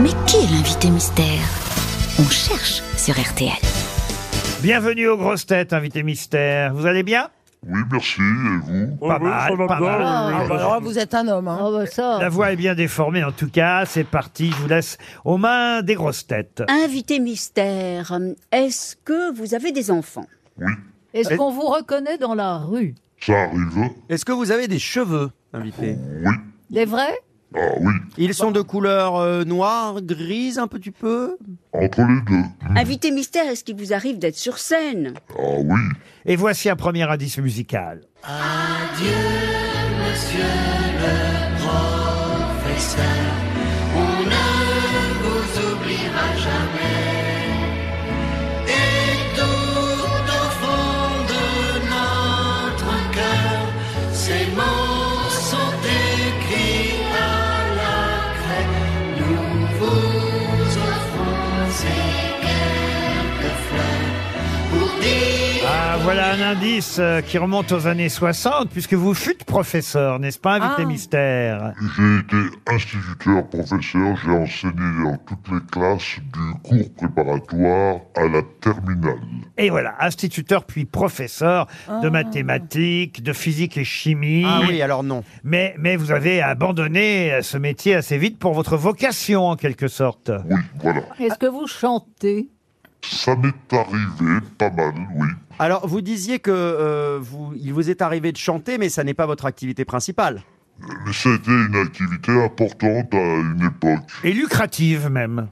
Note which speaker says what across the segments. Speaker 1: Mais qui est l'invité mystère On cherche sur RTL.
Speaker 2: Bienvenue aux grosses têtes, invité mystère. Vous allez bien
Speaker 3: Oui, merci, et vous
Speaker 2: Pas
Speaker 4: Oh,
Speaker 2: mal, pas mal.
Speaker 5: Ah, bah, alors, vous êtes un homme. hein.
Speaker 6: Ah, bah,
Speaker 7: Oh.
Speaker 2: La voix est bien déformée en tout cas. C'est parti, je vous laisse aux mains des grosses têtes.
Speaker 8: Invité mystère, est-ce que vous avez des enfants
Speaker 6: Est-ce qu'on vous reconnaît dans la rue
Speaker 3: Ça arrive
Speaker 7: Est-ce que vous avez des cheveux, invité
Speaker 3: Oui.
Speaker 6: Les vrais
Speaker 3: Ah oui,
Speaker 7: Ils sont de couleur euh, noire, grise un petit peu
Speaker 3: entre les deux.
Speaker 7: Ah.
Speaker 8: Invité mystère, est-ce qu'il vous arrive d'être sur scène
Speaker 3: Ah oui,
Speaker 2: Et voici un premier indice musical. Ah, voilà un indice euh, qui remonte aux années 60, puisque vous fûtes professeur, n'est-ce pas, invité
Speaker 5: Ah.
Speaker 2: mystère
Speaker 3: j'ai été instituteur, professeur, j'ai enseigné dans toutes les classes du cours préparatoire à la terminale.
Speaker 2: Et voilà, instituteur puis professeur de mathématiques, de physique et chimie.
Speaker 7: Ah oui, alors non.
Speaker 2: Mais, mais vous avez abandonné euh, ce métier assez vite pour votre vocation, en quelque sorte.
Speaker 3: Oui, voilà.
Speaker 6: Est-ce que vous chantez
Speaker 3: Ça m'est arrivé pas mal, oui.
Speaker 7: Alors, vous disiez que euh, vous, il vous est arrivé de chanter, mais ça n'est pas votre activité principale.
Speaker 3: Mais ça a été une activité importante à une époque.
Speaker 2: Et lucrative même.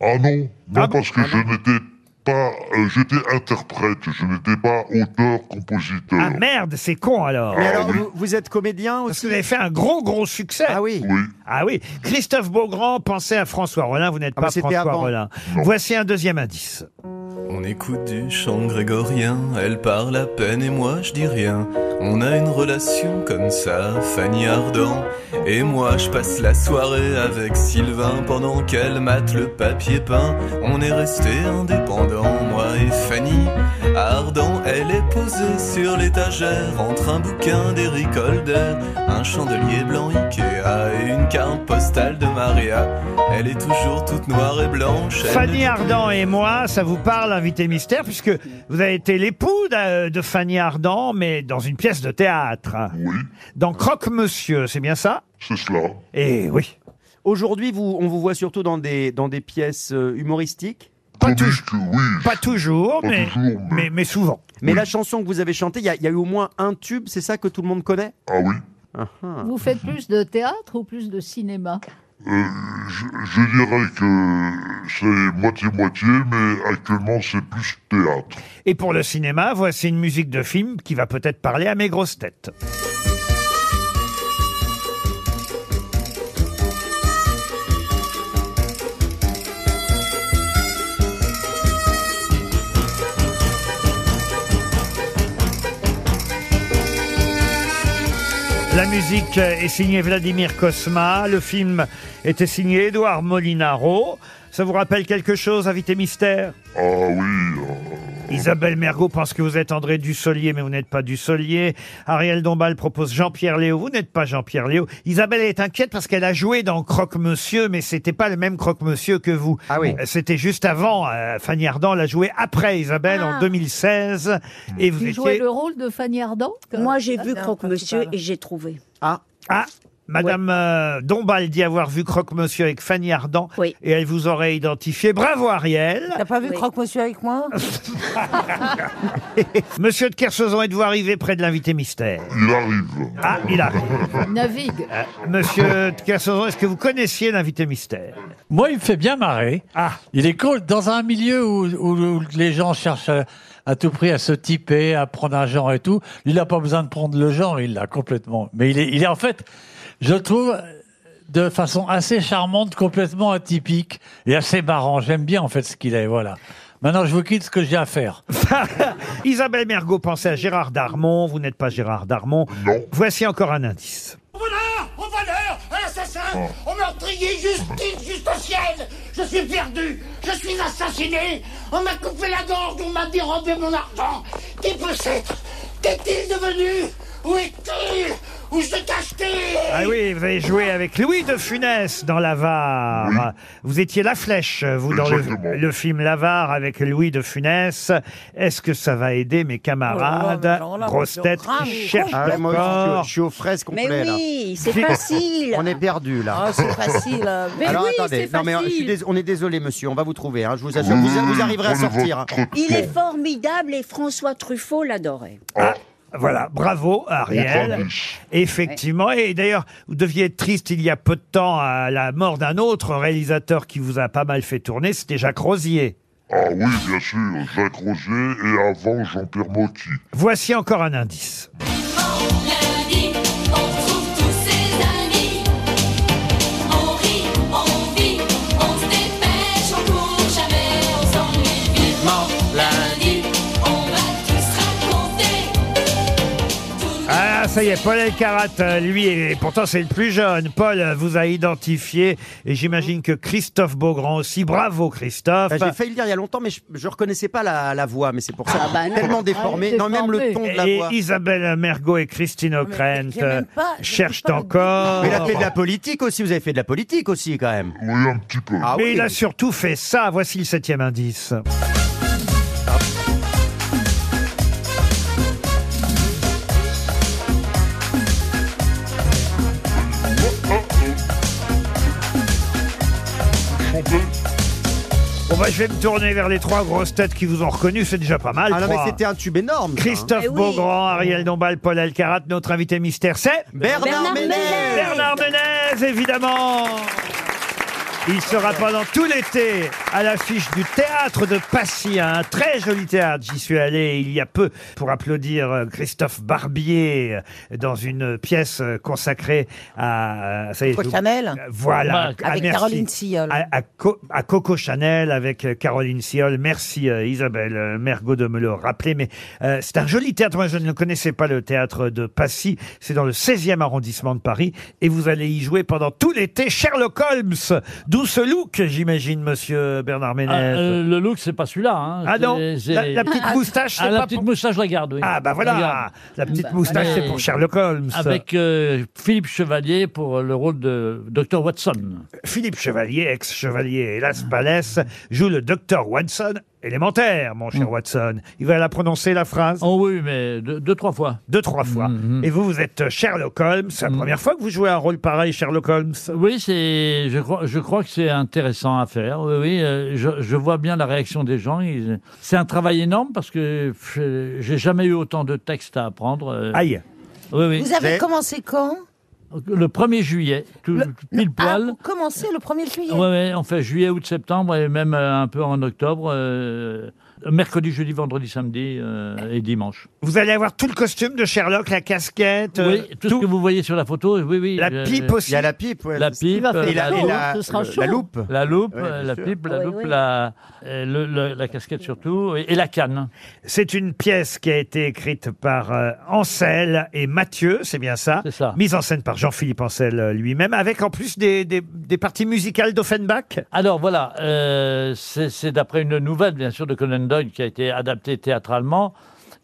Speaker 3: Ah non, non
Speaker 2: Ah bon
Speaker 3: parce que je n'étais pas... euh, J'étais interprète, je n'étais pas
Speaker 2: Ah
Speaker 3: auteur-compositeur.
Speaker 2: merde, c'est con alors.
Speaker 7: Mais alors, vous, vous êtes comédien
Speaker 2: Parce
Speaker 7: aussi
Speaker 2: que vous avez fait un gros, gros succès.
Speaker 7: Ah oui.
Speaker 3: Oui,
Speaker 2: Ah oui. Christophe Beaugrand, pensez à François Rollin. Vous n'êtes
Speaker 7: Ah,
Speaker 2: pas
Speaker 7: mais c'était
Speaker 2: François
Speaker 7: avant.
Speaker 2: Rollin.
Speaker 3: Non.
Speaker 2: Voici un deuxième indice.
Speaker 4: On écoute du chant grégorien, elle parle à peine et moi je dis rien. On a une relation comme ça, Fanny Ardent. Et moi je passe la soirée avec Sylvain pendant qu'elle mate le papier peint. On est resté indépendants, moi et Fanny Ardent. Elle est posée sur l'étagère entre un bouquin d'Eric Holder, un chandelier blanc Ikea et une carte postale de Maria. Elle est toujours toute noire et blanche. elle ne
Speaker 2: Fanny Ardant et moi, ça vous parle, invité mystère, puisque vous avez été l'époux d'a- de Fanny Ardant, mais dans une pièce de théâtre.
Speaker 3: oui,
Speaker 2: Dans Croque-Monsieur, c'est bien ça
Speaker 3: c'est cela.
Speaker 2: Eh oui.
Speaker 7: Aujourd'hui, vous, on vous voit surtout dans des, dans des pièces euh, humoristiques.
Speaker 2: Pas, tou-
Speaker 3: Comique, oui,
Speaker 2: pas toujours,
Speaker 3: Pas
Speaker 2: mais,
Speaker 3: toujours, mais-
Speaker 2: mais, mais souvent.
Speaker 7: Mais la chanson que vous avez chantée, il y, a- il y a eu au moins un tube, c'est ça que tout le monde connaît
Speaker 3: ah oui.
Speaker 7: Ah, ah.
Speaker 6: Vous faites plus de théâtre ou plus de cinéma
Speaker 3: Euh, je, je dirais que c'est moitié-moitié, mais actuellement c'est plus théâtre.
Speaker 2: Et pour le cinéma, voici une musique de film qui va peut-être parler à mes grosses têtes. La musique est signée Vladimir Cosma, le film était signé Édouard Molinaro. Ça vous rappelle quelque chose, invité mystère
Speaker 3: Ah oui, euh,
Speaker 2: Isabelle Mergot pense que vous êtes André Dussolier, mais vous n'êtes pas Dussolier. Ariel Dombal propose Jean-Pierre Léo, vous n'êtes pas Jean-Pierre Léo. Isabelle est inquiète parce qu'elle a joué dans Croque-Monsieur, mais c'était pas le même Croque-Monsieur que vous. Euh,
Speaker 7: Ah oui.
Speaker 2: C'était juste avant. euh, Fanny Ardant l'a joué après Isabelle en 2016. Et vous
Speaker 6: Vous jouez
Speaker 2: étiez.
Speaker 6: le rôle de Fanny Ardant
Speaker 8: Moi, j'ai
Speaker 5: Ah,
Speaker 8: vu
Speaker 5: non,
Speaker 8: Croque-Monsieur
Speaker 5: principal.
Speaker 8: et j'ai trouvé.
Speaker 7: Ah,
Speaker 2: Ah, Madame euh, Dombal dit avoir vu Croque-Monsieur avec Fanny Ardant.
Speaker 8: Oui.
Speaker 2: Et elle vous aurait identifié. Bravo Ariel.
Speaker 5: T'as pas vu
Speaker 8: Oui.
Speaker 5: Croque-Monsieur avec moi
Speaker 2: Monsieur de Kersauzon, êtes-vous arrivé près de l'invité mystère
Speaker 3: il arrive.
Speaker 2: Ah, il arrive.
Speaker 6: Navigue.
Speaker 2: Euh, Monsieur de Kersauzon, est-ce que vous connaissiez l'invité mystère
Speaker 9: Moi, il me fait bien marrer.
Speaker 2: Ah.
Speaker 9: Il est cool dans un milieu où, où- où les gens cherchent à, à tout prix à se typer, à prendre un genre et tout. Il n'a pas besoin de prendre le genre, il l'a complètement. Mais il est, il est en fait, je le trouve de façon assez charmante, complètement atypique et assez marrant. J'aime bien en fait ce qu'il est. Voilà. Maintenant, je vous quitte ce que j'ai à faire.
Speaker 2: Isabelle Mergot pensait à Gérard Darmon. Vous n'êtes pas Gérard Darmon.
Speaker 3: Non.
Speaker 2: Voici encore un indice.
Speaker 10: Au voleur Au voleur À l'assassin Au meurtrier Justice justicienne Je suis perdu Je suis assassiné On m'a coupé la gorge, on m'a dérobé mon argent Qui peut s'être Qu'est-il devenu Où est-il ou je vais t'acheter
Speaker 2: Ah oui, vous avez joué avec Louis de Funès dans L'Avare. Vous étiez la flèche, vous, dans le, le film L'Avare avec Louis de Funès. Est-ce que ça va aider mes camarades,
Speaker 7: Oh là là, mais alors là,
Speaker 2: grosses
Speaker 7: on se
Speaker 2: têtes
Speaker 7: rame
Speaker 2: qui cherchent
Speaker 7: complètement. Ah, moi aussi, je suis-
Speaker 2: encore
Speaker 7: je suis aux fraises
Speaker 8: Mais
Speaker 7: complètes.
Speaker 8: oui,
Speaker 7: là.
Speaker 8: c'est facile.
Speaker 7: On est perdu là.
Speaker 8: Ah, c'est facile. Mais
Speaker 7: Alors
Speaker 8: oui,
Speaker 7: attendez,
Speaker 8: c'est
Speaker 7: non, mais, euh, je suis
Speaker 8: facile.
Speaker 7: dés- on est désolé monsieur, on va vous trouver. hein, je vous assure, vous, vous arriverez à sortir. hein.
Speaker 8: Il est formidable et François Truffaut l'adorait.
Speaker 7: Ah,
Speaker 2: Voilà, bravo Ariel. Effectivement, et d'ailleurs, vous deviez être triste il y a peu de temps à la mort d'un autre réalisateur qui vous a pas mal fait tourner, c'était Jacques Rosier.
Speaker 3: Ah oui, bien sûr, Jacques Roger et avant Jean-Pierre Mocky.
Speaker 2: Voici encore un indice.
Speaker 11: Lundi, on trouve tous ses amis. On rit, on vit, on se dépêche, on court jamais, on s'ennuie vivement. Lundi, on va tous raconter.
Speaker 2: Ah, ça y est, Paul Elkarat, euh, lui, et pourtant c'est le plus jeune. Paul euh, vous a identifié, et j'imagine que Christophe Beaugrand aussi. Bravo Christophe.
Speaker 7: Bah, J'ai failli le dire il y a longtemps, mais je, je reconnaissais pas la, la voix, mais c'est pour ça.
Speaker 2: Ah, bah non.
Speaker 7: Tellement déformé.
Speaker 2: Ah,
Speaker 7: non, même le ton de la
Speaker 2: et
Speaker 7: voix.
Speaker 2: Isabelle Mergot et Christine O'Krent
Speaker 7: j'ai même pas-
Speaker 2: euh, cherchent encore. Ah
Speaker 7: Mais il a fait de la politique aussi, vous avez fait de la politique aussi quand même.
Speaker 3: Oui, un petit peu.
Speaker 7: Ah
Speaker 2: Mais
Speaker 7: oui.
Speaker 2: il a surtout fait ça. Voici le septième indice. Bon bah, je vais me tourner vers les trois grosses têtes qui vous ont reconnu, c'est déjà pas mal.
Speaker 7: Ah non, mais
Speaker 2: trois.
Speaker 7: c'était un tube énorme. ça, hein.
Speaker 2: Christophe Beaugrand, Ariel Dombal, Paul Alcarat, notre invité mystère, c'est
Speaker 7: Bernard Bernard Ménez. Ménez.
Speaker 2: Bernard Ménez, évidemment. Il sera pendant tout l'été à l'affiche du théâtre de Passy, un très joli théâtre. J'y suis allé il y a peu pour applaudir euh, Christophe Barbier euh, dans une pièce euh, consacrée à euh, ça y est,
Speaker 5: Coco
Speaker 2: je-
Speaker 5: Chanel.
Speaker 2: Voilà,
Speaker 5: Avec
Speaker 2: Ah, merci.
Speaker 5: Caroline Ciolle.
Speaker 2: À, à Co- à Coco Chanel avec euh, Caroline Ciolle. Merci euh, Isabelle euh, Mergot de me le rappeler. Mais euh, c'est un joli théâtre. Moi, je ne connaissais pas le théâtre de Passy. C'est dans le 16e arrondissement de Paris. Et vous allez y jouer pendant tout l'été Sherlock Holmes. D'où ce look, j'imagine, monsieur Bernard Ménez.
Speaker 12: Ah, euh, le look, c'est pas celui-là. hein.
Speaker 2: Ah non,
Speaker 12: C'est- c'est-
Speaker 2: la- la petite moustache, c'est
Speaker 12: Ah, la
Speaker 2: pas
Speaker 12: petite
Speaker 2: pour-
Speaker 12: moustache, je la garde, oui.
Speaker 2: Ah, bah
Speaker 12: Je la
Speaker 2: voilà.
Speaker 12: garde.
Speaker 2: La petite
Speaker 12: Bah,
Speaker 2: moustache,
Speaker 12: mais-
Speaker 2: c'est pour Sherlock Holmes.
Speaker 12: Avec euh, Philippe Chevalier pour euh, le rôle de Dr. Watson.
Speaker 2: Philippe Chevalier, ex-chevalier hélas Palès, joue le docteur Watson élémentaire, mon
Speaker 12: Mm.
Speaker 2: cher Watson. Il va la prononcer, la phrase
Speaker 12: Oh oui, mais deux, trois fois.
Speaker 2: Deux, trois fois.
Speaker 12: Mm-hmm.
Speaker 2: Et vous, vous êtes Sherlock Holmes. C'est la
Speaker 12: Mm.
Speaker 2: première fois que vous jouez un rôle pareil, Sherlock Holmes.
Speaker 12: Oui, c'est. Je crois, je crois que c'est intéressant à faire. Oui, oui, euh, je, je vois bien la réaction des gens. Ils- C'est un travail énorme parce que pff, euh, j'ai jamais eu autant de textes à apprendre. euh.
Speaker 2: Aïe.
Speaker 12: Oui, oui.
Speaker 5: Vous avez commencé quand
Speaker 12: Le 1er juillet, tout, pile
Speaker 2: ah,
Speaker 8: Ah.
Speaker 12: poil.
Speaker 5: Vous commencez le 1er juillet.
Speaker 12: Ouais, ouais, on fait juillet, août, septembre et même euh, un peu en octobre. euh, mercredi, jeudi, vendredi, samedi euh, et dimanche.
Speaker 2: Vous allez avoir tout le costume de Sherlock, la casquette. euh,
Speaker 12: oui, tout, ce que vous voyez sur la photo, oui, oui.
Speaker 2: La pipe aussi. Il y a la
Speaker 7: pipe,
Speaker 12: La
Speaker 7: c'est ce qu'il
Speaker 12: pipe,
Speaker 7: va faire. Et la- et
Speaker 12: loupe,
Speaker 7: la-
Speaker 12: ce sera
Speaker 7: le-
Speaker 12: chaud.
Speaker 7: la loupe.
Speaker 12: La loupe,
Speaker 7: Oui,
Speaker 12: euh,
Speaker 7: bien
Speaker 12: la
Speaker 7: sûr.
Speaker 12: pipe, la
Speaker 7: Oui,
Speaker 12: loupe,
Speaker 7: oui.
Speaker 12: La, euh, le- le- la casquette surtout, et, et la canne.
Speaker 2: C'est une pièce qui a été écrite par euh, Ansel et Mathieu, c'est bien ça, Mise en scène par Jean-Philippe Ansel euh, lui-même, avec en plus des, des- des parties musicales d'Offenbach.
Speaker 12: Alors voilà, euh, c'est c'est d'après une nouvelle, bien sûr, de Conan Doyle qui a été adaptée théâtralement.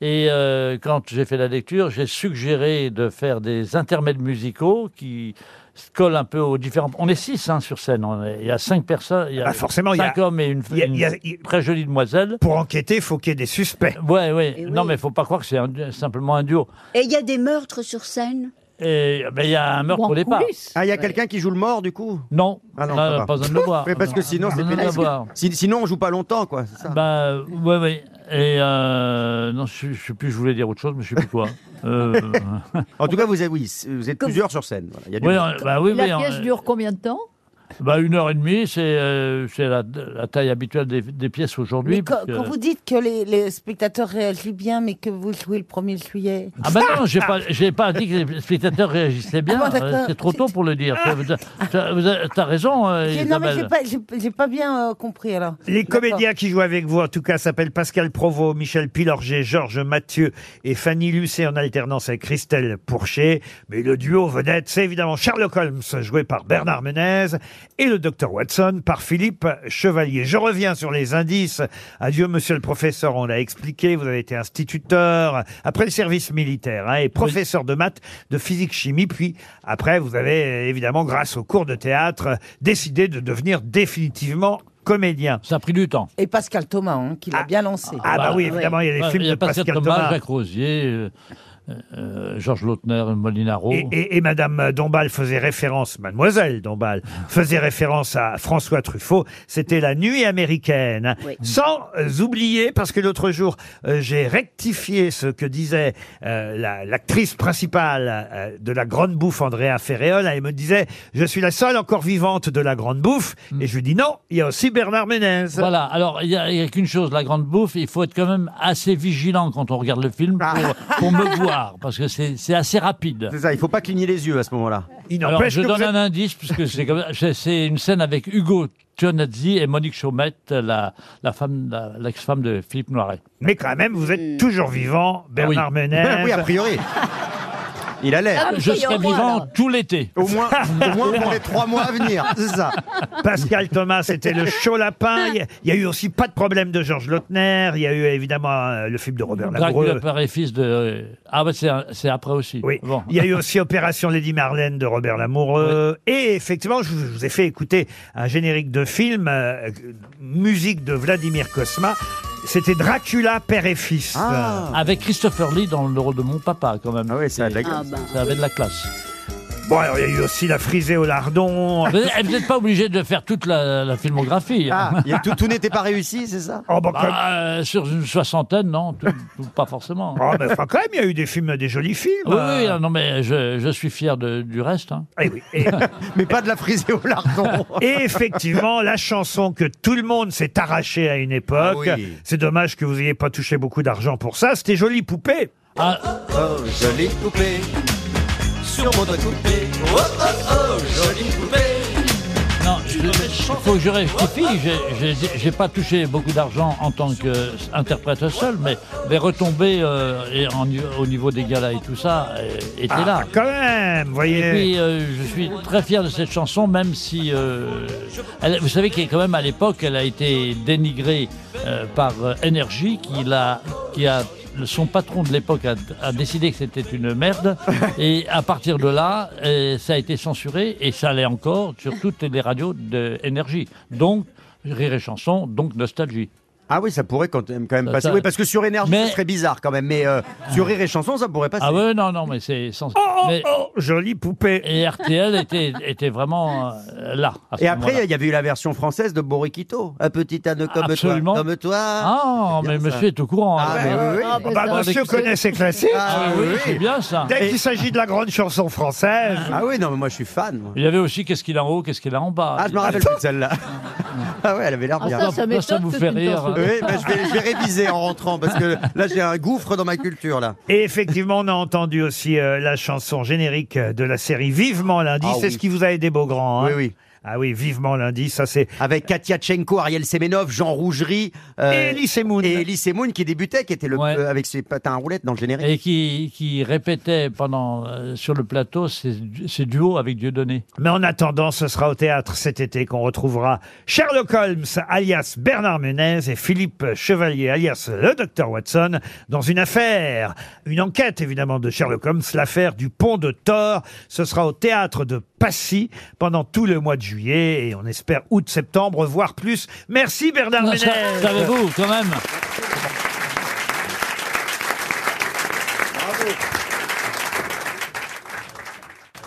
Speaker 12: Et euh, quand j'ai fait la lecture, j'ai suggéré de faire des intermèdes musicaux qui se collent un peu aux différents. On est six hein, sur scène. on est- Il y a cinq personnes. Il y a
Speaker 2: Ah bah forcément, il y a-
Speaker 12: cinq hommes et une,
Speaker 2: il y a-
Speaker 12: une
Speaker 2: il y a-
Speaker 12: très jolie demoiselle.
Speaker 2: Pour enquêter, il faut qu'il y ait des suspects.
Speaker 12: Ouais, ouais. Non, mais il faut pas croire que c'est un du- simplement un duo.
Speaker 8: Et il y a des meurtres sur scène
Speaker 12: Et ben, il y a un meurtre au départ.
Speaker 7: Ah, il y a quelqu'un qui joue le mort du coup
Speaker 12: Non.
Speaker 7: Ah non,
Speaker 12: Non,
Speaker 7: ça
Speaker 12: non,
Speaker 7: va.
Speaker 12: pas besoin de le voir.
Speaker 7: Mais parce que
Speaker 12: Non,
Speaker 7: sinon,
Speaker 12: pas
Speaker 7: c'est
Speaker 12: besoin de le
Speaker 7: pénible.
Speaker 12: voir.
Speaker 7: Si- Sinon, on joue pas longtemps quoi, c'est
Speaker 5: Ah.
Speaker 7: ça
Speaker 12: Bah, ouais, ouais. Et euh, non, je, je sais plus, je voulais dire autre chose, mais je sais plus quoi. Euh,
Speaker 7: En tout cas, vous êtes, oui, vous êtes plusieurs sur scène. voilà. Il y a du
Speaker 12: Oui,
Speaker 7: monde.
Speaker 12: euh, bah oui, oui,
Speaker 6: La
Speaker 12: on-
Speaker 6: pièce dure combien de temps
Speaker 12: bah, une heure et demie, c'est euh, c'est la, la taille habituelle des, des pièces aujourd'hui.
Speaker 5: Mais
Speaker 12: parce
Speaker 5: quand,
Speaker 12: que-
Speaker 5: quand vous dites que les, les spectateurs réagissent bien, mais que vous jouez le 1er juillet.
Speaker 12: Ah bah non, j'ai pas, j'ai pas dit que les spectateurs réagissaient bien.
Speaker 5: Ah bon, d'accord.
Speaker 12: euh, c'est trop tôt pour le dire. T'as- T'as vous avez- t'as raison, euh,
Speaker 5: J'ai- Non, mais j'ai
Speaker 12: Isabelle.
Speaker 5: pas, j'ai- j'ai pas bien euh, compris alors.
Speaker 2: Les
Speaker 5: D'accord.
Speaker 2: comédiens qui jouent avec vous, en tout cas, s'appellent Pascal Provost, Michel Pilorget, Georges Mathieu et Fanny Lucet en alternance avec Christelle Pourcher. Mais le duo vedette, c'est évidemment Sherlock Holmes, joué par Bernard Menez, et le docteur Watson par Philippe Chevalier. Je reviens sur les indices. Adieu, monsieur le professeur, on l'a expliqué. Vous avez été instituteur après le service militaire hein, et professeur de maths, de physique-chimie. Puis après, vous avez euh, évidemment, grâce aux cours de théâtre, euh, décidé de devenir définitivement comédien.
Speaker 12: Ça a pris du temps.
Speaker 5: Et Pascal Thomas, hein, qui l'a bien lancé.
Speaker 2: ah bah oui, évidemment, il y a les
Speaker 12: Ouais,
Speaker 2: films de
Speaker 12: Pascal
Speaker 2: Pascal
Speaker 12: Thomas,
Speaker 2: Thomas.
Speaker 12: Jacques Rosier, euh, euh, Georges Lautner, Molinaro.
Speaker 2: Et, et- et Madame Dombal faisait référence, Mademoiselle Dombal faisait référence à François Truffaut. C'était la nuit américaine. Sans euh, oublier, parce que l'autre jour, euh, j'ai rectifié ce que disait euh, la- l'actrice principale euh, de la Grande Bouffe, Andrea Ferreola. Elle me disait, je suis la seule encore vivante de la Grande Bouffe. Et je lui dis non, il y a aussi Bernard Ménez.
Speaker 12: Mm. Voilà, alors il n'y a, il y a qu'une chose, la grande bouffe, il faut être quand même assez vigilant quand on regarde le film
Speaker 2: Ah.
Speaker 12: pour, pour me voir, parce que c'est c'est assez rapide.
Speaker 7: C'est ça, il faut pas cligner les yeux à ce moment-là.
Speaker 2: Il
Speaker 12: Alors je donne un indice, puisque c'est comme- c'est- c'est une scène avec Hugo Tionazzi et Monique Chaumette, la, la femme, la- l'ex-femme de Philippe Noiret.
Speaker 2: Mais quand même, vous êtes toujours vivant, Bernard Ménez.
Speaker 12: Ah Oui, a
Speaker 7: Ben priori. Il allait.
Speaker 12: Ah, mais Je oui, serai au moins, vivant alors. tout l'été.
Speaker 7: Au moins, au moins pour les trois mois à venir. C'est ça.
Speaker 2: Pascal Thomas, c'était le chaud lapin. Il y a- il y a eu aussi pas de problème de Georges Lautner. Il y a eu évidemment euh, le film de Robert
Speaker 12: Dracula,
Speaker 2: Labreux.
Speaker 12: père et fils de... Ah ouais, c'est un- c'est après aussi. Oui. Bon.
Speaker 2: Il y a eu aussi Opération Lady Marlène de Robert Lamoureux. Et effectivement, je vous, je vous ai fait écouter un générique de film, euh, musique de Vladimir Cosma. C'était Dracula, père et fils.
Speaker 12: Ah. Avec Christopher Lee dans le rôle de mon papa, quand même. Ah
Speaker 7: oui, ça
Speaker 12: avait
Speaker 8: la- Ah bah.
Speaker 12: de la classe.
Speaker 2: Bon, alors, il y a eu aussi la frisée au lardon.
Speaker 12: Vous n'êtes vous n'êtes pas obligé de faire toute la, la filmographie.
Speaker 2: Ah.
Speaker 12: hein.
Speaker 7: Ah, Il y a tout, tout n'était pas réussi, c'est ça
Speaker 2: Oh,
Speaker 12: Bah, euh, sur une soixantaine, non, tout- tout- pas forcément.
Speaker 2: Oh, mais enfin, quand même, il y a eu des films, des jolis films.
Speaker 12: Oui,
Speaker 2: Euh,
Speaker 12: oui, non, non, mais je, je suis fier de- du reste. hein.
Speaker 2: Eh oui, et-
Speaker 7: Mais pas de la frisée au lardon.
Speaker 2: Et effectivement, la chanson que tout le monde s'est arrachée à une époque.
Speaker 7: Ah oui.
Speaker 2: C'est dommage que vous n'ayez pas touché beaucoup d'argent pour ça. C'était jolie poupée.
Speaker 12: Ah,
Speaker 11: Oh, jolie poupée, sur mon doigt coupé. Oh, oh, oh, jolie poupée.
Speaker 12: Non, je- il faut que je rectifie. J'ai- j'ai- J'ai pas touché beaucoup d'argent en tant qu'interprète seul, mais les retombées euh, et en- au niveau des galas et tout ça euh, étaient
Speaker 2: Ah,
Speaker 12: là.
Speaker 2: quand même, voyez.
Speaker 12: Et puis, euh, je suis très fier de cette chanson, même si, euh, elle- vous savez qu'elle quand même à l'époque, elle a été dénigrée euh, par euh, Energy, qui l'a, qui a son patron de l'époque a, a décidé que c'était une merde, et à partir de là, euh, ça a été censuré et ça l'est encore sur toutes les radios de Energy. Donc, rire et chanson, donc nostalgie.
Speaker 7: Ah oui, ça pourrait quand même, quand même
Speaker 12: Ça,
Speaker 7: passer.
Speaker 12: ça-
Speaker 7: Oui, parce que sur énergie,
Speaker 12: Mais-
Speaker 7: ce serait bizarre quand même. Mais euh, sur rire et chanson, ça pourrait passer.
Speaker 12: Ah ouais, non, non, mais c'est sans.
Speaker 7: Oh,
Speaker 12: mais-
Speaker 2: Oh, jolie poupée.
Speaker 12: Et RTL était, était vraiment euh, là. à ce
Speaker 7: Et après,
Speaker 12: moment-là.
Speaker 7: il y avait eu la version française de Borikito. Un petit âne comme
Speaker 12: Absolument.
Speaker 7: toi. Comme toi.
Speaker 12: Ah,
Speaker 7: C'est
Speaker 12: mais
Speaker 7: bien ça.
Speaker 12: monsieur est au courant.
Speaker 7: Ah,
Speaker 12: hein.
Speaker 7: mais oui, oui.
Speaker 2: Ah, bah, monsieur connaît ses classiques.
Speaker 12: Ah, oui,
Speaker 7: oui.
Speaker 12: c'est bien ça.
Speaker 2: Dès
Speaker 12: Et
Speaker 2: qu'il s'agit de la grande chanson française.
Speaker 7: Ah oui, non, mais moi je suis fan. moi.
Speaker 12: Il y avait aussi qu'est-ce qu'il a en haut, qu'est-ce qu'il a en bas.
Speaker 7: Ah, je me rappelle plus de celle-là. Ah ouais, elle avait l'air
Speaker 12: Ah,
Speaker 7: bien.
Speaker 12: ça, ça m'étonne, Ça vous c'est fait une rire, danse hein.
Speaker 7: Oui, bah, je, vais, je vais réviser en rentrant parce que là j'ai un gouffre dans ma culture là.
Speaker 2: Et effectivement, on a entendu aussi euh, la chanson générique de la série Vivement lundi.
Speaker 7: Ah
Speaker 2: c'est
Speaker 7: oui.
Speaker 2: ce qui vous a aidé, Beaugrand. hein.
Speaker 7: Oui, oui.
Speaker 2: Ah oui, Vivement lundi, ça c'est.
Speaker 7: Avec Katia Tchenko, Ariel Semenov, Jean Rougerie. euh,
Speaker 2: Et Elise Moon.
Speaker 7: Et Elise Moon qui débutait, qui était le,
Speaker 12: Ouais.
Speaker 7: euh, avec ses patins à roulettes dans le générique.
Speaker 12: Et qui, qui répétait pendant, euh, sur le plateau ses, du- ses duos avec Dieudonné.
Speaker 2: Mais en attendant, ce sera au théâtre cet été qu'on retrouvera Sherlock Holmes, alias Bernard Menez, et Philippe Chevalier, alias le docteur Watson, dans une affaire, une enquête évidemment de Sherlock Holmes, l'affaire du pont de Thor. Ce sera au théâtre de Passy pendant tout le mois de juillet, et on espère août-septembre, voire plus. Merci Bernard Menez
Speaker 12: Savez-vous, quand même,